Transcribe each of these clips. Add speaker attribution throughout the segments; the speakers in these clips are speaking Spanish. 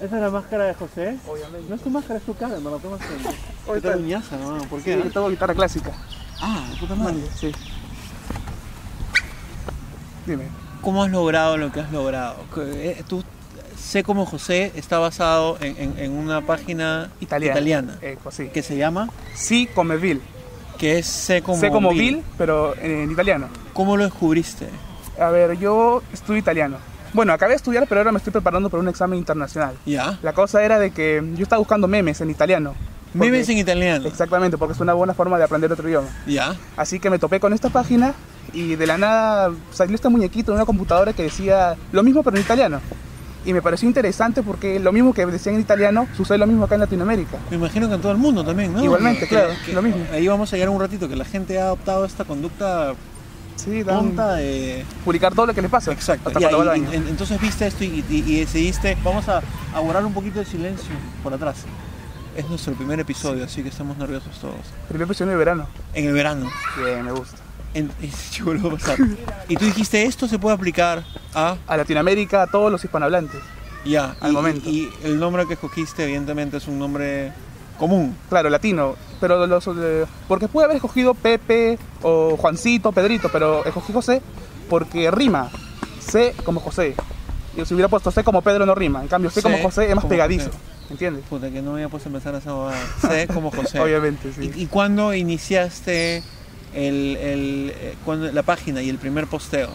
Speaker 1: Esa es la máscara de José.
Speaker 2: Obviamente.
Speaker 1: No es tu máscara, es tu cara, me la tomas con...
Speaker 2: Hoy
Speaker 1: Está uñaza, hermano. ¿Por qué?
Speaker 2: Sí, toco guitarra clásica.
Speaker 1: Ah, de puta madre.
Speaker 2: Sí. Dime.
Speaker 1: ¿Cómo has logrado lo que has logrado? Que, eh, Tú, sé como José está basado en, en- en una página
Speaker 2: Italiana.
Speaker 1: italiana
Speaker 2: Eh, pues sí.
Speaker 1: que se llama,
Speaker 2: Sí, come Bill.
Speaker 1: que es Sé como,
Speaker 2: sé como
Speaker 1: Bill.
Speaker 2: Bill, pero en italiano.
Speaker 1: ¿Cómo lo descubriste?
Speaker 2: A ver, yo estudio italiano. Bueno, acabé de estudiar, pero ahora me estoy preparando para un examen internacional.
Speaker 1: ¿Ya?
Speaker 2: La cosa era de que yo estaba buscando memes en italiano. Porque-
Speaker 1: Memes en italiano.
Speaker 2: Exactamente, porque es una buena forma de aprender otro idioma.
Speaker 1: ¿Ya?
Speaker 2: Así que me topé con esta página y de la nada salió este muñequito en una computadora que decía lo mismo pero en italiano. Y me pareció interesante porque lo mismo que decían en italiano sucede lo mismo acá en Latinoamérica.
Speaker 1: Me imagino que en todo el mundo también, ¿no?
Speaker 2: Igualmente,
Speaker 1: Que-
Speaker 2: claro,
Speaker 1: que-
Speaker 2: lo mismo.
Speaker 1: Ahí vamos a llegar un ratito, que la gente ha adoptado esta conducta
Speaker 2: Sí, dan
Speaker 1: tonta de...
Speaker 2: publicar todo lo que les pasa.
Speaker 1: Exacto.
Speaker 2: Hasta
Speaker 1: Ya,
Speaker 2: cuando va al
Speaker 1: y-
Speaker 2: baño.
Speaker 1: en- entonces viste esto y, y- y decidiste, vamos a, a borrar un poquito de silencio por atrás. Es nuestro primer episodio, así que estamos nerviosos todos.
Speaker 2: Primer episodio de verano.
Speaker 1: En el verano.
Speaker 2: Bien, me gusta.
Speaker 1: En, y se volvió a pasar. Y tú dijiste, esto se puede aplicar a...
Speaker 2: A Latinoamérica, a todos los hispanohablantes.
Speaker 1: Ya.
Speaker 2: Al
Speaker 1: y-
Speaker 2: momento.
Speaker 1: Y, el nombre que escogiste, evidentemente, es un nombre común.
Speaker 2: Claro, latino. Pero los. eh, porque pude haber escogido Pepe o Juancito, Pedrito, pero escogí José porque rima. C como José. Y si hubiera puesto C como Pedro no rima. En cambio, C,
Speaker 1: C
Speaker 2: como José es más
Speaker 1: como
Speaker 2: pegadizo.
Speaker 1: José.
Speaker 2: ¿Entiendes?
Speaker 1: Puta, que no me había puesto a pensar esa bobada. Sé como José.
Speaker 2: Obviamente, sí.
Speaker 1: ¿Y, y cuándo iniciaste el, el, eh, cuándo- la página y el primer posteo?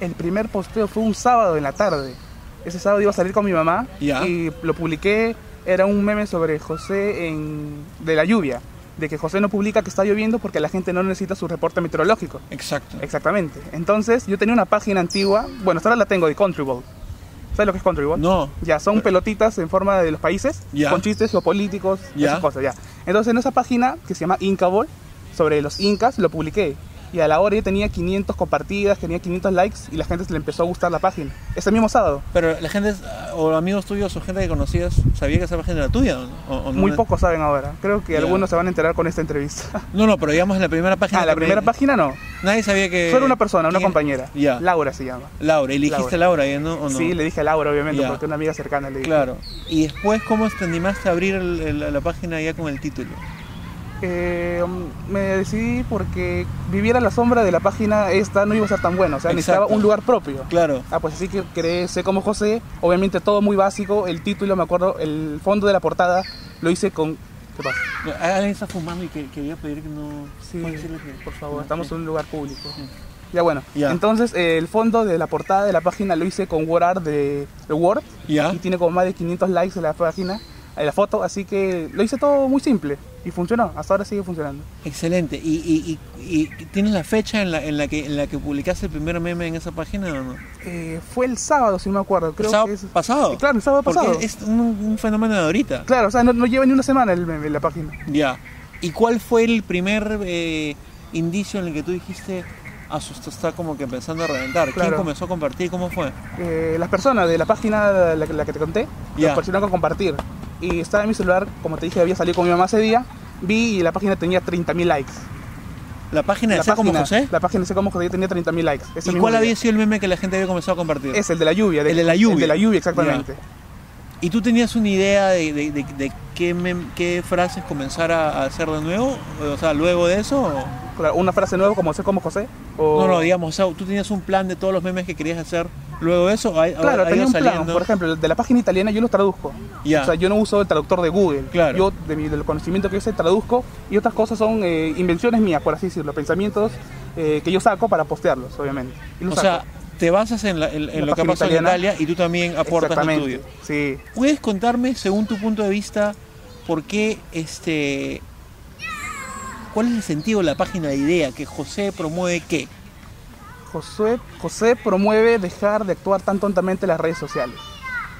Speaker 2: El primer posteo fue un sábado en la tarde. Ese sábado iba a salir con mi mamá
Speaker 1: Ya.
Speaker 2: y lo publiqué. Era un meme sobre José en, de la lluvia. De que José no publica que está lloviendo porque la gente no necesita su reporte meteorológico.
Speaker 1: Exacto.
Speaker 2: Exactamente. Entonces, yo tenía una página antigua, bueno, hasta ahora la tengo de Country Ball. ¿Sabes lo que es Country Ball?
Speaker 1: No.
Speaker 2: Ya, son pelotitas en forma de los países,
Speaker 1: Ya.
Speaker 2: con chistes geopolíticos,
Speaker 1: Ya.
Speaker 2: esas cosas, ya. Entonces, en esa página que se llama Inca Ball, sobre los incas, lo publiqué. Y a la hora yo tenía 500 compartidas, tenía 500 likes y la gente se le empezó a gustar la página. Ese mismo sábado.
Speaker 1: Pero la gente, ah, o amigos tuyos o gente que conocías, ¿sabía que esa página era tuya o no? O- o no?
Speaker 2: Muy pocos saben ahora. Creo que
Speaker 1: Ya.
Speaker 2: algunos se van a enterar con esta entrevista.
Speaker 1: No, no, pero digamos en la primera página.
Speaker 2: Ah, la
Speaker 1: que-
Speaker 2: primera página no.
Speaker 1: Nadie sabía que.
Speaker 2: Solo una persona, una
Speaker 1: Eh, ¿Quién?
Speaker 2: compañera.
Speaker 1: Ya.
Speaker 2: Laura se llama.
Speaker 1: Laura, ¿y le dijiste a Laura, ¿ya no? ¿O no?
Speaker 2: Sí, le dije a Laura, obviamente,
Speaker 1: Ya.
Speaker 2: porque una amiga cercana le dije.
Speaker 1: Claro. ¿Y después cómo te animaste a abrir el- el- la página ya con el título?
Speaker 2: Eh, me decidí porque vivir a la sombra de la página esta no iba a ser tan bueno, o sea, necesitaba
Speaker 1: Exacto.
Speaker 2: un lugar propio.
Speaker 1: Claro.
Speaker 2: Ah, pues así que creé Sé como José, obviamente todo muy básico, el título, me acuerdo, el fondo de la portada lo hice con... ¿Qué pasa?
Speaker 1: No, Alguien está fumando y que, quería pedir que no. ¿Puedes decirle que-
Speaker 2: por favor,
Speaker 1: no,
Speaker 2: estamos
Speaker 1: sí.
Speaker 2: en un lugar público.
Speaker 1: Sí.
Speaker 2: Ya bueno,
Speaker 1: Ya.
Speaker 2: entonces eh, el fondo de la portada de la página lo hice con WordArt de, de Word
Speaker 1: ¿Ya?
Speaker 2: y tiene como más de 500 likes en la página, en la foto, así que lo hice todo muy simple y funcionó, hasta ahora sigue funcionando.
Speaker 1: Excelente. ¿Y, y, y, y tienes la fecha en la, en, la que, en la que publicaste el primer meme en esa página o no?
Speaker 2: Eh, fue el sábado, si no me acuerdo. Creo
Speaker 1: ¿El sábado
Speaker 2: que es...
Speaker 1: pasado?
Speaker 2: Eh, Claro, el sábado pasado.
Speaker 1: Porque es un, un fenómeno de ahorita.
Speaker 2: Claro, o sea, no, no lleva ni una semana el meme, la página.
Speaker 1: Ya. ¿Y cuál fue el primer eh, indicio en el que tú dijiste, asusta, está como que empezando a reventar? ¿Quién
Speaker 2: Claro.
Speaker 1: comenzó a compartir? ¿Cómo fue?
Speaker 2: Eh, las personas de la página, la, que- la que te conté,
Speaker 1: Ya.
Speaker 2: las personas con compartir. Y estaba en mi celular, como te dije, había salido con mi mamá ese día. Vi y la página tenía 30.000 likes.
Speaker 1: ¿La página de
Speaker 2: la
Speaker 1: Sé como
Speaker 2: página,
Speaker 1: José?
Speaker 2: La página de Sé como José tenía 30.000 likes. ese
Speaker 1: ¿Y
Speaker 2: mismo
Speaker 1: cuál
Speaker 2: día.
Speaker 1: había sido el meme que la gente había comenzado a compartir?
Speaker 2: Es el de la lluvia.
Speaker 1: El de la lluvia.
Speaker 2: El de la lluvia, exactamente.
Speaker 1: ¿Y tú tenías una idea de, de- de- de qué, mem- qué frases comenzar a, a hacer de nuevo? O sea, luego de eso. o-
Speaker 2: Claro, una frase nueva como Sé como José. O...
Speaker 1: No, no, digamos, o sea, tú tenías un plan de todos los memes que querías hacer luego de eso. ¿O ha- ha-
Speaker 2: Claro,
Speaker 1: ha
Speaker 2: tenía
Speaker 1: ido
Speaker 2: un plan.
Speaker 1: Ah, saliendo?
Speaker 2: Por ejemplo, el de la página italiana yo los traduzco.
Speaker 1: Ya.
Speaker 2: O sea, yo no uso el traductor de Google.
Speaker 1: Claro.
Speaker 2: Yo, de mi, del conocimiento que yo sé, traduzco. Y otras cosas son eh, invenciones mías, por así decirlo. Pensamientos eh, que yo saco para postearlos, obviamente. Y los
Speaker 1: O sea,
Speaker 2: saco.
Speaker 1: te basas en, la- en- en lo
Speaker 2: La
Speaker 1: que ha
Speaker 2: página
Speaker 1: pasado en
Speaker 2: italiana.
Speaker 1: Italia y tú también aportas lo
Speaker 2: Exactamente.
Speaker 1: tuyo.
Speaker 2: Sí.
Speaker 1: ¿Puedes contarme, según tu punto de vista, por qué este. ¿Cuál es el sentido de la página de idea? ¿Que José promueve qué?
Speaker 2: José, José promueve dejar de actuar tan tontamente en las redes sociales.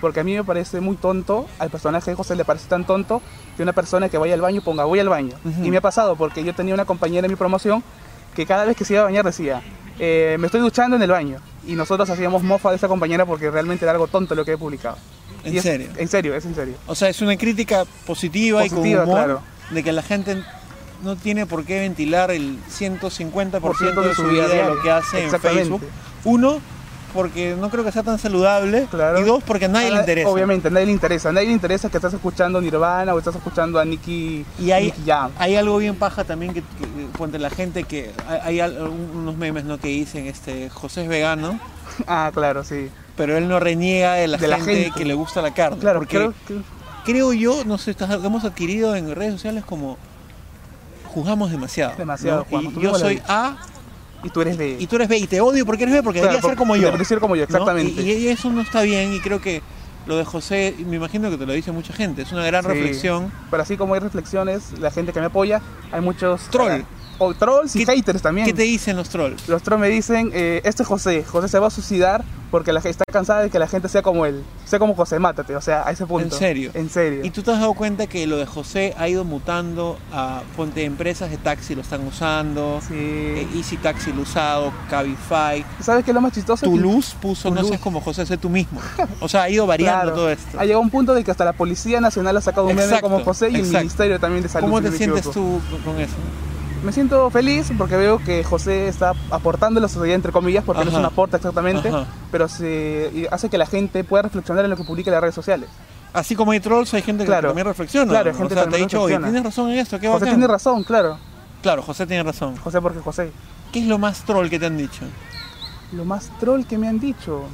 Speaker 2: Porque a mí me parece muy tonto, al personaje de José le parece tan tonto que una persona que vaya al baño ponga voy al baño.
Speaker 1: Ujú.
Speaker 2: Y me ha pasado porque yo tenía una compañera en mi promoción que cada vez que se iba a bañar decía, "Eh, me estoy duchando en el baño. Y nosotros hacíamos mofa de esa compañera porque realmente era algo tonto lo que he publicado.
Speaker 1: ¿En
Speaker 2: Y es-
Speaker 1: serio?
Speaker 2: En serio, es en serio.
Speaker 1: O sea, es una crítica positiva, y
Speaker 2: Positiva,
Speaker 1: con humor
Speaker 2: claro.
Speaker 1: de que la gente no tiene por qué ventilar el 150%
Speaker 2: Por ciento
Speaker 1: de su vida, de lo
Speaker 2: diaria.
Speaker 1: que hace en
Speaker 2: Exactamente.
Speaker 1: Facebook. Uno, porque no creo que sea tan saludable.
Speaker 2: Claro.
Speaker 1: Y dos, porque a nadie le
Speaker 2: Ah,
Speaker 1: interesa.
Speaker 2: Obviamente, a nadie le interesa. A nadie le interesa que estás escuchando Nirvana o estás escuchando a Nicky,
Speaker 1: Y hay,
Speaker 2: Nicky Jam.
Speaker 1: hay algo bien paja también que, que- ponte la gente que hay, hay al- unos memes no que dicen este José es vegano,
Speaker 2: Ah, claro, sí.
Speaker 1: pero él no reniega de la,
Speaker 2: De la
Speaker 1: gente,
Speaker 2: gente.
Speaker 1: que le gusta la carne.
Speaker 2: Claro,
Speaker 1: porque
Speaker 2: creo que-
Speaker 1: creo yo, no sé, estás- hemos adquirido en redes sociales como juzgamos demasiado.
Speaker 2: Demasiado,
Speaker 1: ¿no?
Speaker 2: juzgamos.
Speaker 1: Y
Speaker 2: Tú
Speaker 1: yo
Speaker 2: mismo lo
Speaker 1: soy
Speaker 2: dices.
Speaker 1: A
Speaker 2: Y tú eres de...
Speaker 1: y tú eres B y te odio porque eres B porque
Speaker 2: Claro,
Speaker 1: deberías ser
Speaker 2: por-
Speaker 1: como yo.
Speaker 2: deberías ser como yo,
Speaker 1: ¿no?
Speaker 2: exactamente.
Speaker 1: Y, y eso no está bien y creo que lo de José, me imagino que te lo dice mucha gente, es una gran
Speaker 2: Sí.
Speaker 1: reflexión.
Speaker 2: Pero así como hay reflexiones, la gente que me apoya, hay muchos... eh,
Speaker 1: Troll.
Speaker 2: O trolls y
Speaker 1: ¿Qué-
Speaker 2: haters también.
Speaker 1: ¿Qué te dicen los trolls?
Speaker 2: Los trolls me dicen, eh, este es José, José se va a suicidar porque la, ge- está cansada de que la gente sea como él. Sea como José, mátate, o sea, a ese punto.
Speaker 1: serio?
Speaker 2: En serio.
Speaker 1: ¿Y tú te has dado cuenta que lo de José ha ido mutando a ponte empresas de taxi lo están usando? eh,
Speaker 2: Sí.
Speaker 1: Easy Taxi lo ha usado, Cabify,
Speaker 2: ¿Sabes qué es lo más chistoso?
Speaker 1: Toulouse puso no
Speaker 2: Toulouse.
Speaker 1: seas como José, sé tú mismo. O sea, ha ido variando
Speaker 2: Claro.
Speaker 1: todo esto.
Speaker 2: Ha llegado un punto de que hasta la Policía Nacional ha sacado un meme
Speaker 1: Exacto,
Speaker 2: como José y el
Speaker 1: exacto.
Speaker 2: Ministerio también de Salud.
Speaker 1: ¿Cómo
Speaker 2: si
Speaker 1: te
Speaker 2: no me
Speaker 1: sientes
Speaker 2: equivoco.
Speaker 1: tú con eso?
Speaker 2: Me siento feliz porque veo que José está aportando a la sociedad, entre comillas, porque no es
Speaker 1: Ajá.
Speaker 2: un aporte exactamente,
Speaker 1: Ajá.
Speaker 2: pero se y hace que la gente pueda reflexionar en lo que publica en las redes sociales.
Speaker 1: Así como hay trolls, hay gente que
Speaker 2: Claro.
Speaker 1: también reflexiona.
Speaker 2: Claro, hay
Speaker 1: ¿no?
Speaker 2: gente
Speaker 1: o sea, te
Speaker 2: que
Speaker 1: he
Speaker 2: también
Speaker 1: dicho, oye,
Speaker 2: reflexiona.
Speaker 1: tienes razón en esto, qué
Speaker 2: José
Speaker 1: bacán.
Speaker 2: tiene razón, claro.
Speaker 1: Claro, José tiene razón.
Speaker 2: José porque José.
Speaker 1: ¿Qué es lo más troll que te han dicho?
Speaker 2: Lo más troll que me han dicho.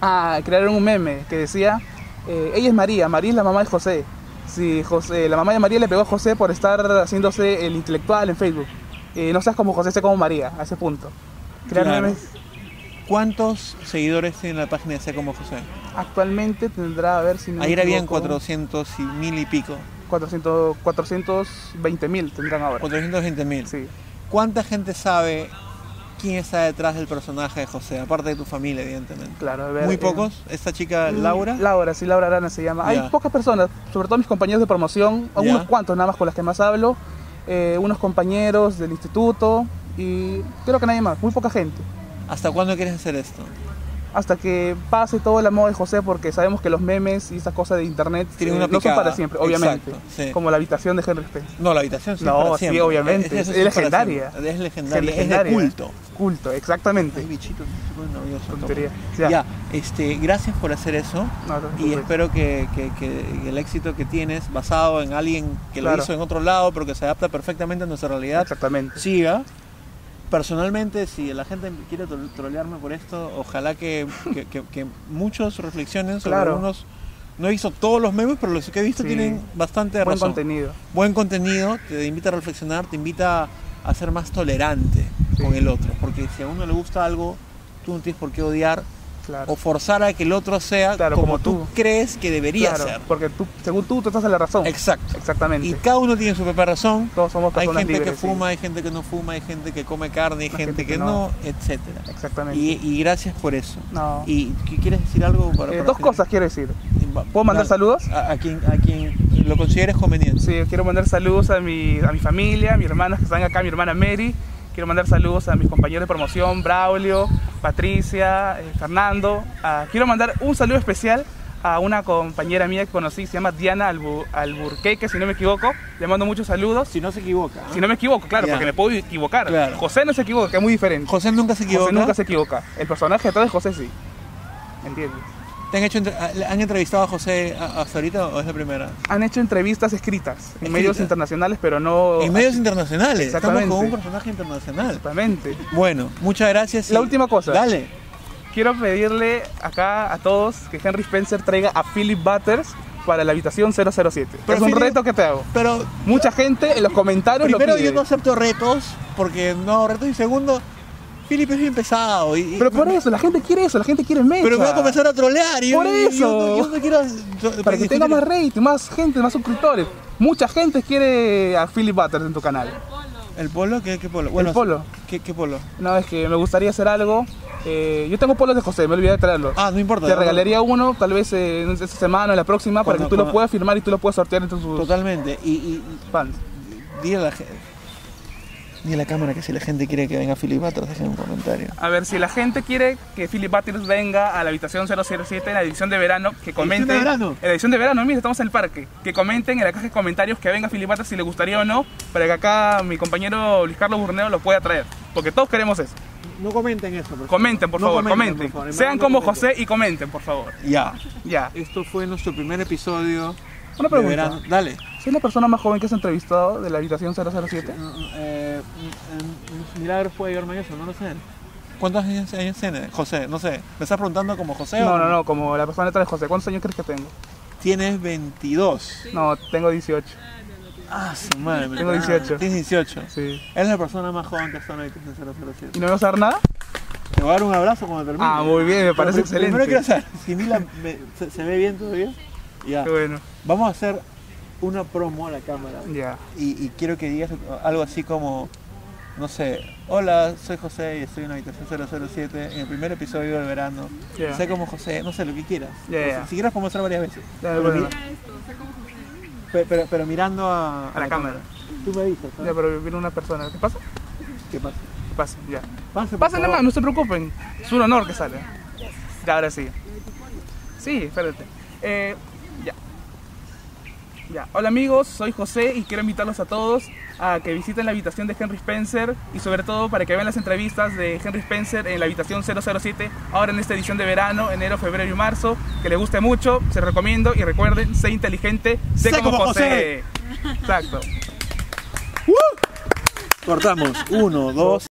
Speaker 2: Ah, crearon un meme que decía, eh, ella es María, María es la mamá de José. Si José, la mamá de María le pegó a José por estar haciéndose el intelectual en Facebook. Eh, no seas como José, sé como María, a ese punto. Crearon
Speaker 1: Claro.
Speaker 2: memes.
Speaker 1: ¿Cuántos seguidores tiene la página de Sea como José?
Speaker 2: Actualmente tendrá, a ver si no me
Speaker 1: Ayer habían
Speaker 2: equivoco,
Speaker 1: 400 y mil y pico.
Speaker 2: 400, 420 mil tendrán ahora.
Speaker 1: 420 mil.
Speaker 2: Sí.
Speaker 1: ¿Cuánta gente sabe quién está detrás del personaje de José? Aparte de tu familia, evidentemente.
Speaker 2: Claro, a ver,
Speaker 1: Muy
Speaker 2: eh, mm,
Speaker 1: pocos. Esta chica, Laura.
Speaker 2: Laura, sí, Laura Arana se llama.
Speaker 1: Ya.
Speaker 2: Hay pocas personas, sobre todo mis compañeros de promoción,
Speaker 1: Ya.
Speaker 2: unos cuantos nada más con las que más hablo, eh, unos compañeros del instituto y creo que nadie más, muy poca gente.
Speaker 1: ¿Hasta cuándo quieres hacer esto?
Speaker 2: Hasta que pase todo el amor de José, porque sabemos que los memes y esas cosas de internet eh,
Speaker 1: Tienen una
Speaker 2: no son
Speaker 1: picada.
Speaker 2: para siempre, obviamente.
Speaker 1: Exacto, sí.
Speaker 2: Como la habitación de Henry Space.
Speaker 1: No, la habitación sí es
Speaker 2: No,
Speaker 1: para
Speaker 2: sí,
Speaker 1: siempre.
Speaker 2: obviamente.
Speaker 1: eso
Speaker 2: Es
Speaker 1: para
Speaker 2: legendaria.
Speaker 1: siempre. Es legendaria. Es
Speaker 2: legendaria.
Speaker 1: de culto.
Speaker 2: ¿eh? Culto,
Speaker 1: Ay,
Speaker 2: exactamente.
Speaker 1: bichito, estoy poniendo nervioso.
Speaker 2: Tontería.
Speaker 1: toma.
Speaker 2: Ya.
Speaker 1: Ya. este, gracias por hacer eso.
Speaker 2: No, no te
Speaker 1: Y
Speaker 2: preocupes.
Speaker 1: espero que, que- que el éxito que tienes, basado en alguien que lo
Speaker 2: Claro.
Speaker 1: hizo en otro lado, pero que se adapta perfectamente a nuestra realidad,
Speaker 2: Exactamente.
Speaker 1: siga. Personalmente, si la gente quiere tro- trolearme por esto, ojalá que, que, que- que muchos reflexionen sobre
Speaker 2: Claro.
Speaker 1: algunos. No he visto todos los memes, pero los que he visto
Speaker 2: Sí.
Speaker 1: tienen bastante
Speaker 2: Buen
Speaker 1: razón.
Speaker 2: contenido.
Speaker 1: Buen contenido, te invita a reflexionar, te invita a ser más tolerante
Speaker 2: Sí.
Speaker 1: con el otro. Porque si a uno le gusta algo, tú no tienes por qué odiar
Speaker 2: Claro.
Speaker 1: o forzar a que el otro sea
Speaker 2: Claro,
Speaker 1: como,
Speaker 2: como
Speaker 1: tú.
Speaker 2: tú.
Speaker 1: crees que debería
Speaker 2: Claro,
Speaker 1: ser.
Speaker 2: Porque tú, según tú, tú estás en la razón.
Speaker 1: Exacto.
Speaker 2: Exactamente.
Speaker 1: Y cada uno tiene su propia razón.
Speaker 2: Todos somos
Speaker 1: Hay
Speaker 2: personas
Speaker 1: gente que
Speaker 2: libres, sí.
Speaker 1: fuma, hay gente que no fuma, hay gente que come carne, hay gente, que, no, etcétera.
Speaker 2: Exactamente.
Speaker 1: Y, y gracias por eso.
Speaker 2: No.
Speaker 1: ¿Y ¿qu- quieres decir algo? Para,
Speaker 2: Eh,
Speaker 1: para
Speaker 2: dos
Speaker 1: finalizar?
Speaker 2: cosas quiero decir.
Speaker 1: Va-
Speaker 2: ¿Puedo mandar
Speaker 1: dale.
Speaker 2: saludos?
Speaker 1: A, a quien, a quien lo consideres conveniente.
Speaker 2: Sí, quiero mandar saludos a mi, a mi familia, a mis hermanas que están acá, mi hermana Mary. Quiero mandar saludos a mis compañeros de promoción, Braulio, Patricia, eh, Fernando. Ah, quiero mandar un saludo especial a una compañera mía que conocí, se llama Diana Albu- Alburqueque, si no me equivoco. Le mando muchos saludos.
Speaker 1: Si no se equivoca. ¿no?
Speaker 2: Si no me equivoco, claro,
Speaker 1: Ya.
Speaker 2: porque me puedo equivocar.
Speaker 1: Claro.
Speaker 2: José no se equivoca, que es muy diferente.
Speaker 1: José nunca se equivoca.
Speaker 2: José nunca se equivoca. El personaje detrás de José sí. ¿Entiendes?
Speaker 1: ¿Te han, hecho entre- a- le- han entrevistado a José a- hasta ahorita o es la primera?
Speaker 2: Han hecho entrevistas escritas en
Speaker 1: Escritas.
Speaker 2: medios internacionales, pero no.
Speaker 1: en medios internacionales. Estamos con
Speaker 2: Oh, Exactamente.
Speaker 1: un personaje internacional.
Speaker 2: Exactamente.
Speaker 1: Bueno, muchas gracias. y-
Speaker 2: La última cosa.
Speaker 1: Dale.
Speaker 2: Quiero pedirle acá a todos que Henry Spencer traiga a Philip Butters para la habitación 007.
Speaker 1: Pero
Speaker 2: es un
Speaker 1: Philip-
Speaker 2: reto que te hago.
Speaker 1: Pero
Speaker 2: Mucha gente en los comentarios
Speaker 1: primero
Speaker 2: Ah, lo pide.
Speaker 1: yo no acepto retos porque no hago retos y segundo, Philip es bien pesado. Y, y-
Speaker 2: Pero por eso, la gente quiere eso, la gente quiere mecha.
Speaker 1: pero me va a comenzar a trolear. Y
Speaker 2: Por
Speaker 1: yo, y yo
Speaker 2: eso.
Speaker 1: no- yo no quiero-
Speaker 2: Para que
Speaker 1: discutir-
Speaker 2: tenga más rating, más gente, más suscriptores. Mucha gente quiere a Philip Butters en tu canal.
Speaker 1: ¿El polo? ¿Qué, qué polo? Bueno,
Speaker 2: polo.
Speaker 1: ¿Qué, qué polo?
Speaker 2: No, es que me gustaría hacer algo. Eh, yo tengo polos de José, me olvidé de traerlo.
Speaker 1: Ah, no importa.
Speaker 2: Te
Speaker 1: ¿no?
Speaker 2: regalaría uno, tal vez eh, esta semana o la próxima, para
Speaker 1: Cuando-
Speaker 2: que tú lo
Speaker 1: cuando-
Speaker 2: puedas firmar y tú lo puedas sortear entre tus
Speaker 1: Totalmente. Y, y-
Speaker 2: fans.
Speaker 1: Dile a la gente. Dile a la cámara que si la gente quiere que venga Philip Butters, dejen un comentario.
Speaker 2: A ver, si la gente quiere que Philip Butters venga a la habitación 007 en la edición de verano, que comenten.
Speaker 1: de verano?
Speaker 2: En la edición de verano, mira, estamos en el parque. Que comenten en la caja de comentarios que venga Philip Butters si le gustaría o no, para que acá mi compañero Luis Carlos Burneo lo pueda traer. Porque todos queremos eso.
Speaker 3: no comenten eso. Por favor.
Speaker 2: Comenten, por
Speaker 3: No
Speaker 2: favor, comenten.
Speaker 3: por favor,
Speaker 2: Sean
Speaker 3: hermano,
Speaker 2: como
Speaker 3: no comenten.
Speaker 2: José y comenten, por favor.
Speaker 1: Ya.
Speaker 2: Ya.
Speaker 1: Esto fue nuestro primer episodio.
Speaker 2: Una
Speaker 1: de
Speaker 2: pregunta.
Speaker 1: verano. Dale.
Speaker 2: ¿Soy la persona más joven que has entrevistado de la habitación 007?
Speaker 3: Eh, mm, mm, Milagros puede ayudarme en eso, no lo sé.
Speaker 1: ¿Cuántos años, años tiene José? No sé. ¿Me estás preguntando como José? o
Speaker 2: No, no, no, como la persona detrás de José. ¿Cuántos años crees que tengo?
Speaker 1: Tienes 22.
Speaker 2: No, tengo 18.
Speaker 1: Ah, su madre.
Speaker 2: Tengo
Speaker 1: ¿verdad?
Speaker 2: 18.
Speaker 1: Tienes 18.
Speaker 2: Sí.
Speaker 1: Eres la persona más joven que está en la habitación
Speaker 2: ¿Y
Speaker 1: 007.
Speaker 2: no me vas a dar nada?
Speaker 1: Te voy a dar un abrazo cuando termine.
Speaker 2: Ah, muy bien, me parece
Speaker 1: Pero pri- Primero quiero
Speaker 2: excelente.
Speaker 1: saber si Mila me- se, se ve bien todavía. Ya.
Speaker 2: Qué bueno.
Speaker 1: Vamos a hacer una promo a la cámara.
Speaker 2: Ya.
Speaker 1: Y, y quiero que digas algo así como, no sé, hola, soy José y estoy en la habitación 007 en el primer episodio del verano.
Speaker 2: Ya.
Speaker 1: Sé como José, no sé, lo que quieras.
Speaker 2: Ya,
Speaker 1: O
Speaker 2: ya.
Speaker 1: sea, Si quieres podemos hacer varias veces.
Speaker 2: Ya, bueno.
Speaker 1: Pero, pero- pero mirando a,
Speaker 2: A la cámara.
Speaker 1: Tú me dices,
Speaker 2: Ya,
Speaker 1: ¿sabes?
Speaker 2: pero viene una persona. ¿Qué pasa?
Speaker 1: ¿Qué pasa?
Speaker 2: ¿Qué pasa? Ya.
Speaker 1: Pase, por
Speaker 2: Pásenle
Speaker 1: favor.
Speaker 2: más, no se preocupen. Es un honor que sale. Ya, ahora sí. Sí, espérate. Eh, ya. Ya. Hola amigos, soy José y quiero invitarlos a todos a que visiten la habitación de Henry Spencer y sobre todo para que vean las entrevistas de Henry Spencer en la habitación 007 ahora en esta edición de verano, enero, febrero y marzo. Que les guste mucho, se los recomiendo y recuerden, sé inteligente, sé,
Speaker 1: Sé
Speaker 2: como,
Speaker 1: como
Speaker 2: José. Exacto.
Speaker 1: Cortamos. Uno, dos.